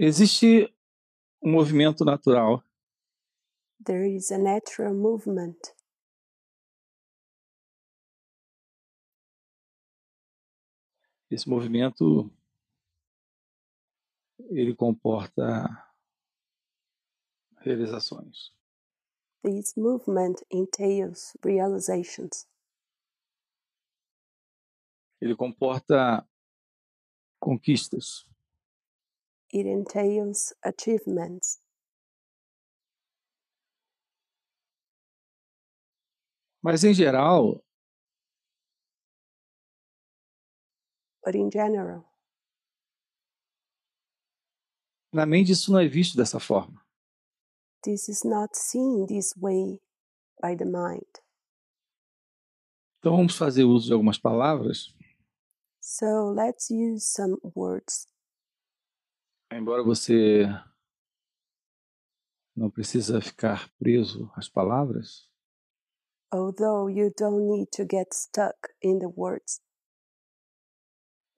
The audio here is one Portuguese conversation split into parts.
Existe um movimento natural There is a natural movement esse movimento ele comporta realizações. This movement entails realizations. Ele comporta conquistas. It entails achievements. Mas em geral, But in general, na mente isso não é visto dessa forma. this is not seen this way by the mind. Então vamos fazer uso de algumas palavras, So let's use some words. embora você não precisa ficar preso às palavras, Although you don't need to get stuck in the words,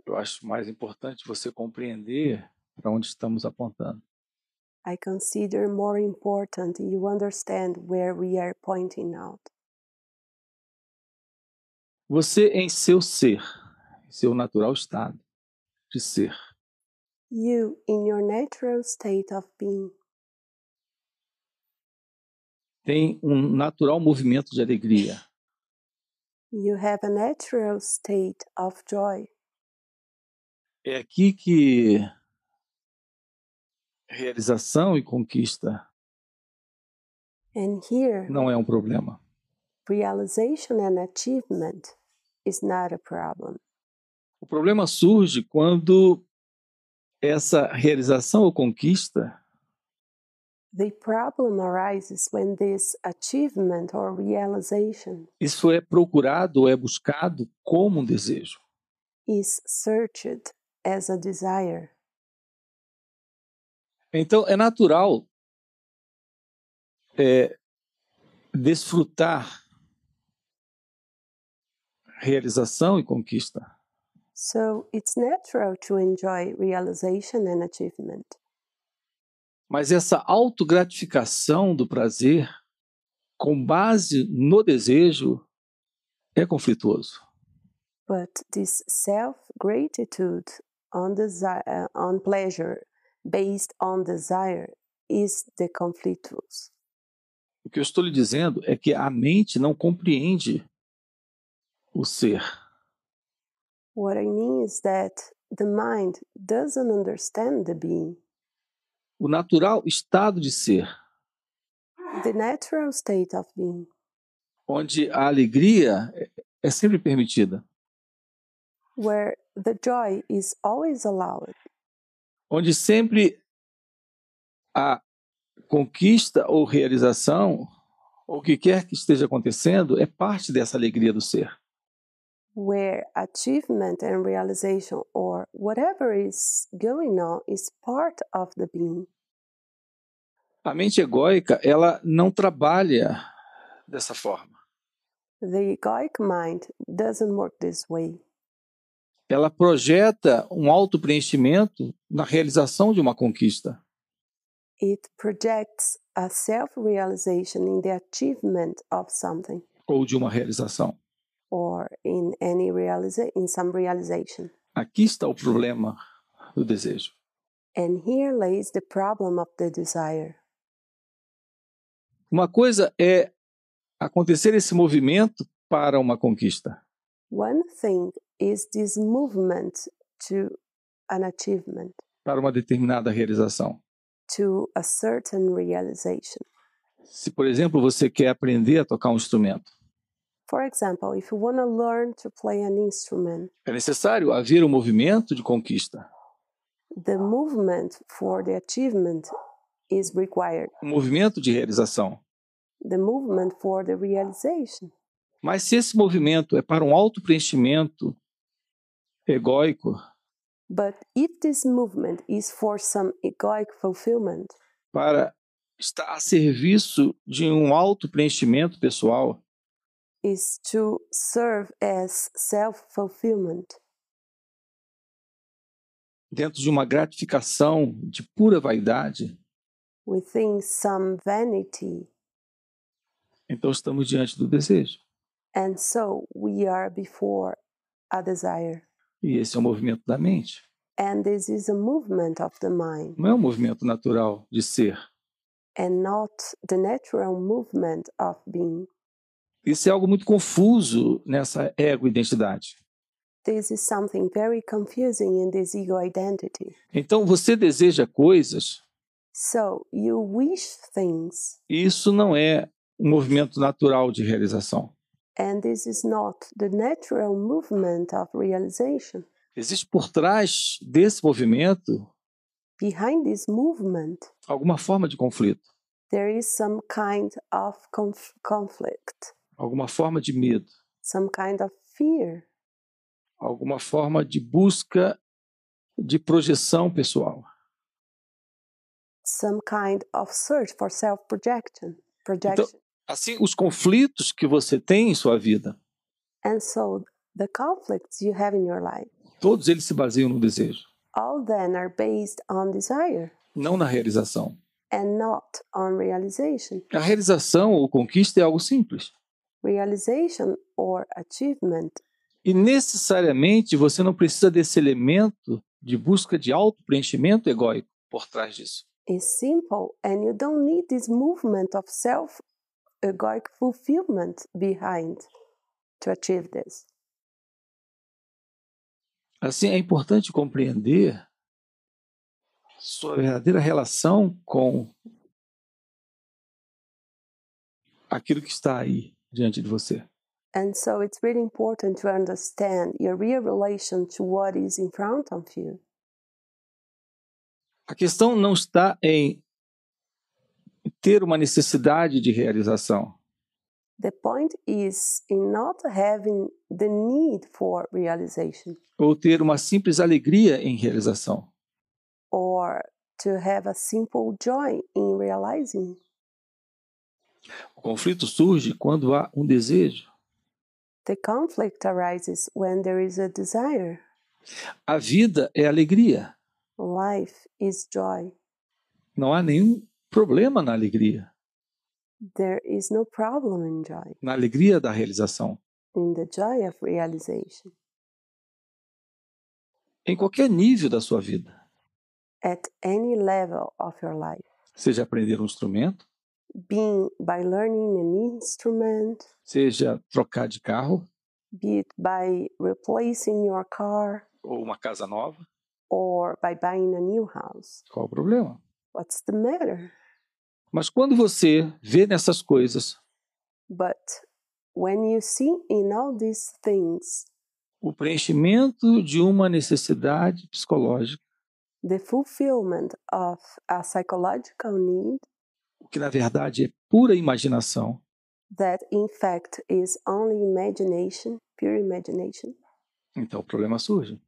eu acho mais importante você compreender para onde estamos apontando. I consider more important you understand where we are pointing out. Você em seu ser, em seu natural estado de ser, You, in your natural state of being, tem um natural movimento de alegria. you have a natural state of joy. É aqui que realização e conquista And here, não é um problema. realization and achievement is not a problem. O problema surge quando essa realização ou conquista The problem arises when this achievement or realization isso é procurado ou é buscado como um desejo. is searched as a desire. Então é natural é, desfrutar realização e conquista. So it's natural to enjoy realization and achievement. Mas essa autogratificação do prazer com base no desejo é conflituoso. But this self gratitude on, desi- uh, on pleasure based on desire is the conflictus. O que eu estou lhe dizendo é que a mente não compreende o ser. What I mean is that the mind doesn't understand the being. O natural estado de ser, The natural state of being, onde a alegria é- é sempre permitida, where the joy is always allowed, onde sempre a conquista ou realização, ou o que quer que esteja acontecendo, é parte dessa alegria do ser. where achievement and realization or whatever is going on is part of the being. A mente egóica, ela não trabalha dessa forma. The egoic mind doesn't work this way. Ela projeta um autopreenchimento na realização de uma conquista. It projects a self realization in the achievement of something ou de uma realização. or in any realiza- in some realization. Aqui está o problema do desejo. And here lays the problem of the desire. Uma coisa é acontecer esse movimento para uma conquista. One thing is this movement to an achievement, para uma determinada realização. to a certain realization. Se, por exemplo, você quer aprender a tocar um instrumento, For example, if you want to learn to play an instrument, é necessário haver um movimento de conquista, the movement for the achievement is required, um movimento de realização. the movement for the realization. Mas se esse movimento é para um autopreenchimento egóico, But if this movement is for some egoic fulfillment, para estar a serviço de um autopreenchimento pessoal, is to serve as self fulfillment, dentro de uma gratificação de pura vaidade, within some vanity, então estamos diante do desejo. and so we are before a desire. E esse é o movimento da mente. And this is a movement of the mind Não é um movimento natural de ser. and not the natural movement of being. Isso é algo muito confuso nessa ego-identidade. This is something very confusing in this ego identity. Então você deseja coisas, So you wish things, e isso não é um movimento natural de realização. and this is not the natural movement of realization. Existe por trás desse movimento Behind this movement, alguma forma de conflito, there is some kind of conf- conflict, alguma forma de medo, some kind of fear, alguma forma de busca de projeção pessoal. some kind of search for self projection. projection. Assim, os conflitos que você tem em sua vida, and so the conflicts you have in your life todos eles se baseiam no desejo, all then are based on desire não na realização. and not on realization. A realização ou conquista é algo simples. Realization or achievement E necessariamente você não precisa desse elemento de busca de auto-preenchimento egóico por trás disso. is simple and you don't need this movement of self egoic fulfillment behind to achieve this. Assim, é importante compreender sua verdadeira relação com aquilo que está aí diante de você. And so it's really important to understand your real relation to what is in front of you. A questão não está em ter uma necessidade de realização. The point is in not having the need for realization ou ter uma simples alegria em realização. or to have a simple joy in realizing. O conflito surge quando há um desejo. The conflict arises when there is a desire. A vida é alegria. Life is joy. Não há nenhum problema na alegria, There is no problem in joy, na alegria da realização. in the joy of realization Em qualquer nível da sua vida, at any level of your life. seja aprender um instrumento, Being by learning an instrument, seja trocar de carro be it by replacing your car ou uma casa nova, or by buying a new house. qual o problema? What's the matter? Mas quando você vê nessas coisas But when you see in all these things o preenchimento de uma necessidade psicológica, the fulfillment of a psychological need o que na verdade é pura imaginação, that in fact is only imagination, pure imagination, então o problema surge.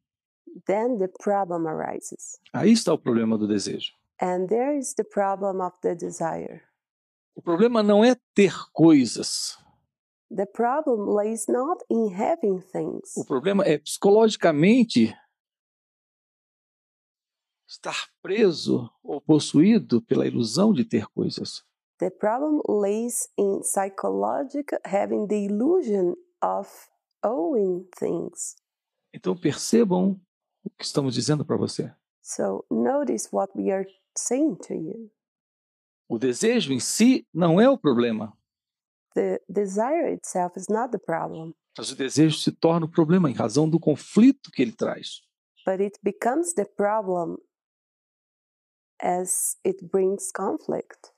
then the problem arises. Aí está o problema do desejo. And there is the problem of the desire. O problema não é ter coisas. The problem lays not in having things. O problema é psicologicamente estar preso ou possuído pela ilusão de ter coisas. The problem lays in psychological having the illusion of owning things. Então percebam o que estamos dizendo para você. So notice what we are saying to you. O desejo em si não é o problema, The desire itself is not the problem. mas o desejo se torna o problema em razão do conflito que ele traz. but it becomes the problem as it brings conflict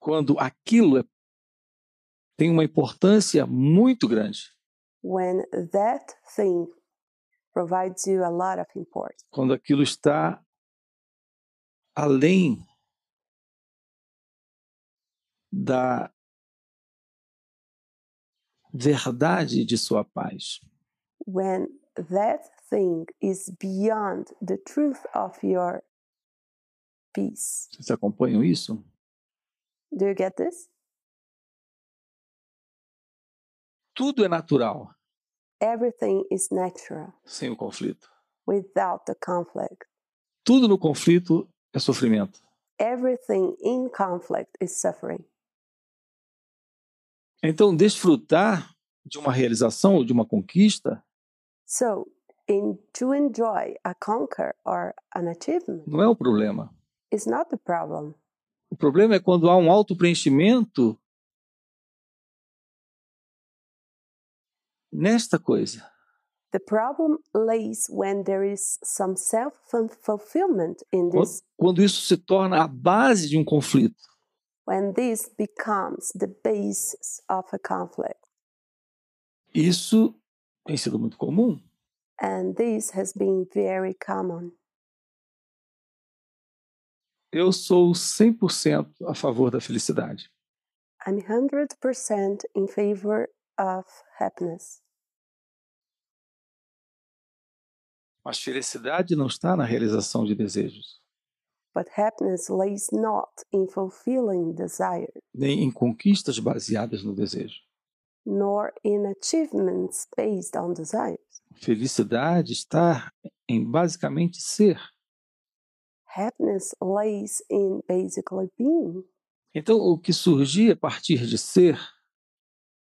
Quando aquilo é- tem uma importância muito grande, when that thing provides you a lot of import quando aquilo está além da verdade de sua paz. when that thing is beyond the truth of your peace Vocês acompanham isso? do you get this Tudo é natural everything is natural sem o conflito. without the conflict Tudo no conflito é sofrimento. Everything in conflict is suffering. Então, desfrutar de uma realização ou de uma conquista So, in to enjoy a conquer or an achievement não é o problema. is not the problem. O problema é quando há um auto-preenchimento nesta coisa. The problem lays when there is some self fulfillment in Quando, this, quando isso se torna a base de um conflito. when this becomes the basis of a conflict. Isso tem sido muito comum. And this has been very common. Eu sou 100% a favor da felicidade. I'm 100% in favor of happiness. Mas felicidade não está na realização de desejos, But happiness lays not in fulfilling desire, nem em conquistas baseadas no desejo. nor in achievements based on desires. Felicidade está em basicamente ser. Happiness lays in basically being. Então, o que surgir a partir de ser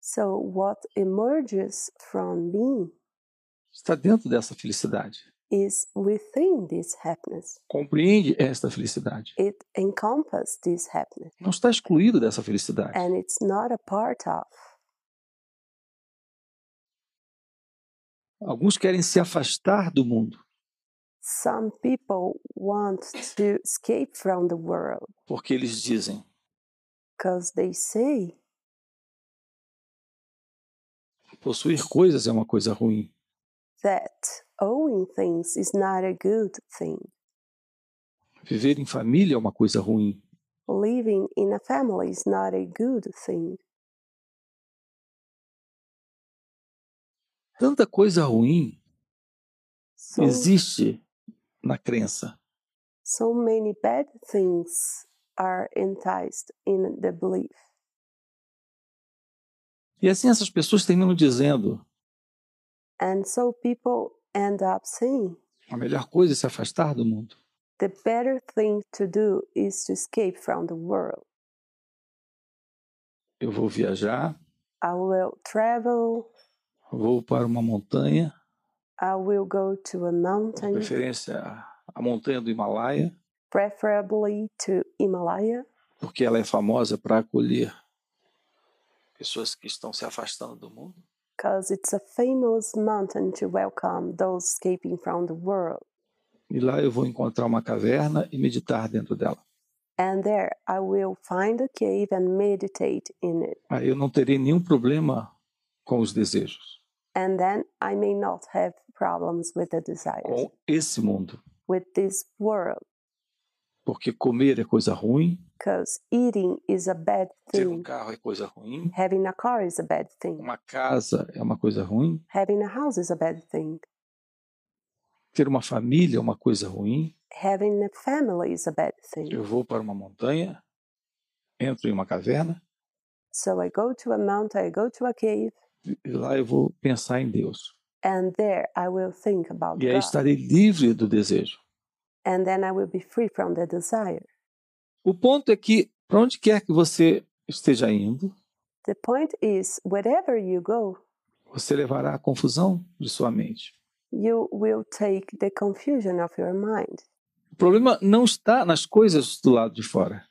So, what emerges from being está dentro dessa felicidade. is within this happiness. Compreende esta felicidade. It encompasses this happiness, Não está excluído dessa felicidade. and it's not a part of. Alguns querem se afastar do mundo Some people want to escape from the world porque eles dizem: because they say possuir coisas é uma coisa ruim. that owning things is not a good thing. Viver em família é uma coisa ruim. Living in a family is not a good thing. Tanta coisa ruim So, existe na crença. so many bad things are enticed in the belief. E assim essas pessoas terminam dizendo: And so people end up saying a melhor coisa é se afastar do mundo. the better thing to do is to escape from the world. Eu vou viajar, I will travel, vou para uma montanha, I will go to a de mountain, preferência a- a montanha do Himalaia, preferably to Himalaya, porque ela é famosa para acolher pessoas que estão se afastando do mundo. because it's a famous mountain to welcome those escaping from the world. E lá eu vou encontrar uma caverna e meditar dentro dela. And there I will find a cave and meditate in it. Aí eu não terei nenhum problema com os desejos, And then I may not have problems with the desires, com esse mundo. with this world, Porque comer é coisa ruim, because eating is a bad ter um thing, carro é coisa ruim, having a car is a bad thing, uma casa é uma coisa ruim, having a house is a bad thing. ter uma família é uma coisa ruim. having a family is a bad thing. Eu vou para uma montanha, entro em uma caverna So I go to a mountain, I go to a cave, e e lá eu vou pensar em Deus. and there I will think about E aí God. estarei livre do desejo. And then I will be free from the desire. O ponto é que, para onde quer que você esteja indo, The point is, wherever you go, você levará a confusão de sua mente. you will take the confusion of your mind. O problema não está nas coisas do lado de fora.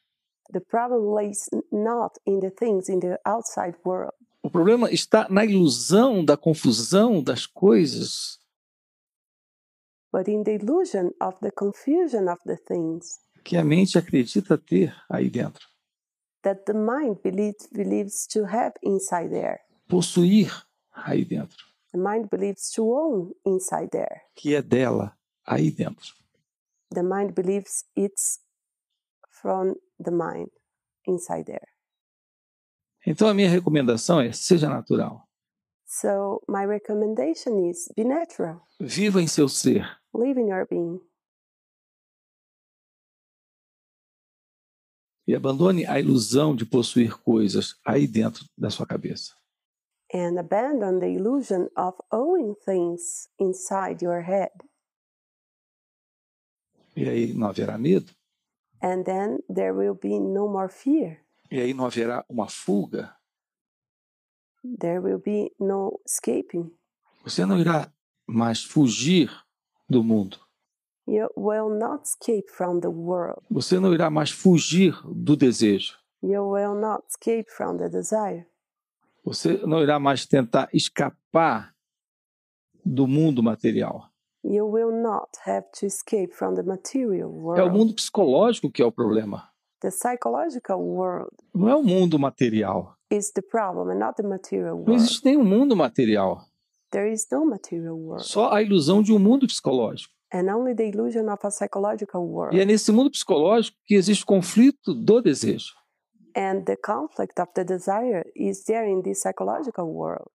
The problem lays n- not in the things in the outside world. O problema está na ilusão da confusão das coisas But in the illusion of the confusion of the things que a mente acredita ter aí dentro. that the mind believes, believes to have inside there. Possuir aí dentro. The mind believes to own inside there. Que é dela aí dentro. the mind believes it's from the mind inside there. Então a minha recomendação é: seja natural. So my recommendation is be natural, Viva em seu ser. live in your being, E abandone a ilusão de possuir coisas aí dentro da sua cabeça. and abandon the illusion of owning things inside your head. E aí não haverá medo. and then there will be no more fear. E aí não haverá uma fuga. There will be no escaping. Você não irá mais fugir do mundo. You will not escape from the world. Você não irá mais fugir do desejo. You will not escape from the desire. Você não irá mais tentar escapar do mundo material. You will not have to escape from the É material o world, mundo psicológico que é o problema. the psychological world. Não é o mundo material. is the problem and not the material Não world. existe nenhum mundo material. There is no material world Só a ilusão de um mundo psicológico. and only the illusion of a psychological E é world nesse mundo psicológico que existe o conflito do desejo. and the conflict of the desire is there in this psychological world,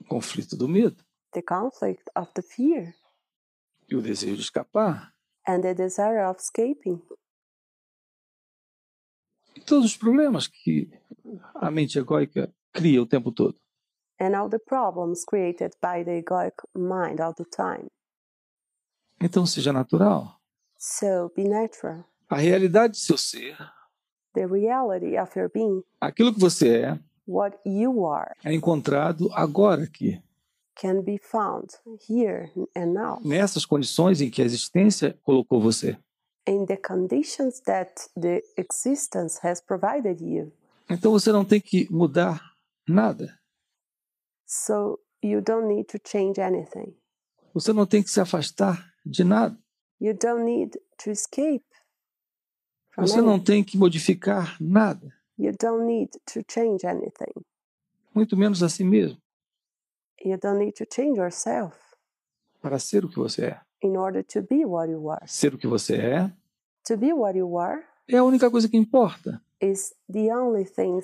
O conflito do medo the conflict of the fear e o desejo de escapar. and the desire of escaping E todos os problemas que a mente egóica cria o tempo todo. and all the problems created by the egoic mind all the time. Então seja natural. So be natural. A realidade de seu ser, The reality of your being, aquilo que você é, what you are, é encontrado agora aqui, can be found here and now nessas condições em que a existência colocou você. in the conditions that the existence has provided you. Então você não tem que mudar nada. So you don't need to change anything. Você não tem que se afastar de nada. You don't need to escape from Você não anything. tem que modificar nada, You don't need to change anything. muito menos a si mesmo, You don't need to change yourself para ser o que você é. in order to be what you are. Ser o que você é To be what you are é a única coisa que importa. is the only thing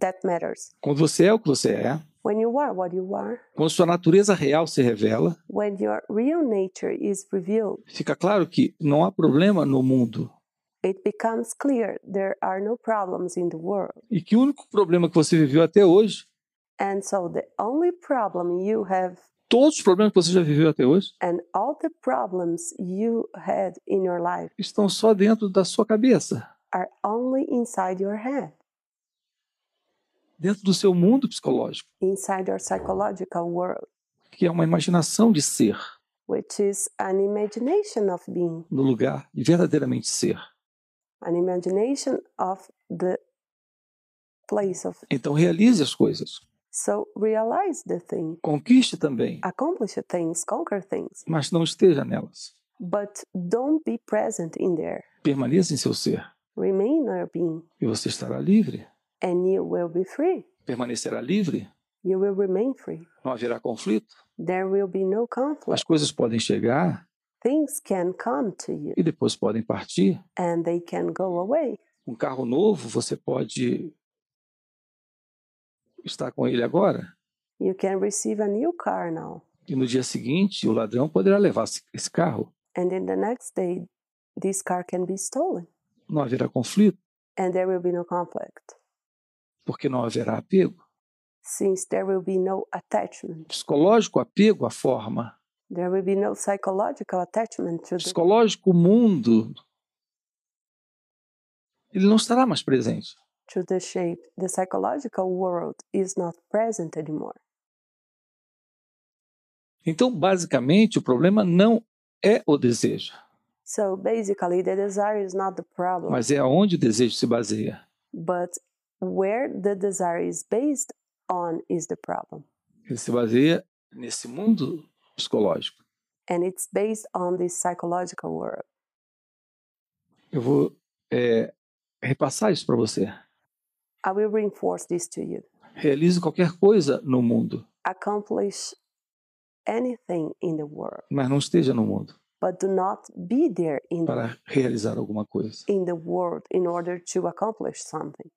that matters. Quando você é o que você é, When you are what you are, quando sua natureza real se revela, when your real nature is revealed, fica claro que não há problema no mundo it becomes clear there are no problems in the world. e que o único problema que você viveu até hoje, And so the only problem you have todos os problemas que você já viveu até hoje, and all the problems you had in your life estão só dentro da sua cabeça, are only inside your head, dentro do seu mundo psicológico, inside your psychological world, que é uma imaginação de ser, which is an imagination of being, no lugar de verdadeiramente ser. an imagination of the place of. Então realize as coisas, So realize the thing, conquiste também, accomplish things, conquer things, mas não esteja nelas. but don't be present in there. Permaneça em seu ser Remain your being, e você estará livre. and you will be free. Permanecerá livre, You will remain free. não haverá conflito. There will be no As conflict. coisas podem chegar Things can come to you e depois podem partir. and they can go away. Um carro novo, você pode estar com ele agora You can receive a new car now. e no dia seguinte o ladrão poderá levar esse carro. And then the next day, this car can be stolen Não haverá conflito, and there will be no conflict porque não haverá apego. since there will be no attachment. Psicológico apego à forma, There will be no psychological attachment to the, psicológico mundo. Ele não estará mais presente. to the shape. The psychological world is not present anymore. Então, basicamente, o problema não é o desejo, So basically, the desire is not the problem, mas é aonde o desejo se baseia. but where the desire is based on is the problem. Ele se baseia nesse mundo psicológico. And it's based on this psychological world. Eu vou é, repassar isso para você. I will reinforce this to you. Realize qualquer coisa no mundo, accomplish anything in the world, mas não esteja no mundo but do not be there in the, para realizar alguma coisa. in the world in order to accomplish something.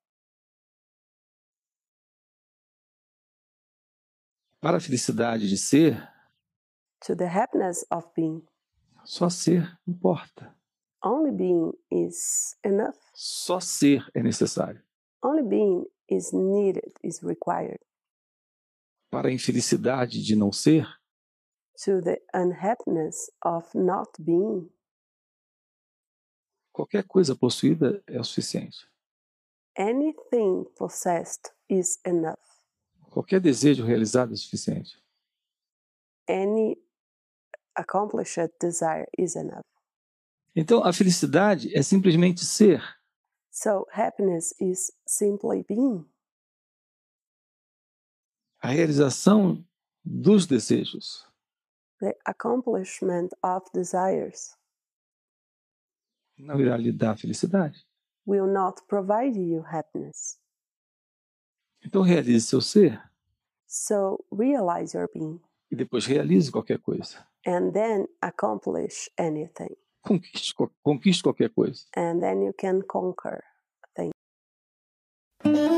Para a felicidade de ser, To the happiness of being, só ser importa. only being is enough. Só ser é necessário. Only being is needed, is required. Para a infelicidade de não ser, To the unhappiness of not being, Qualquer coisa possuída é o suficiente. Anything possessed is enough. Qualquer desejo realizado é o suficiente. Any accomplished desire is enough. Então, a felicidade é simplesmente ser. So happiness is simply being. a realização dos desejos. the accomplishment of desires Não irá lhe dar felicidade. will not provide you happiness. Então realize seu ser So realize your being e depois realize qualquer coisa. and then accomplish anything, Conquiste, co- conquiste qualquer coisa. and then you can conquer. Thank you.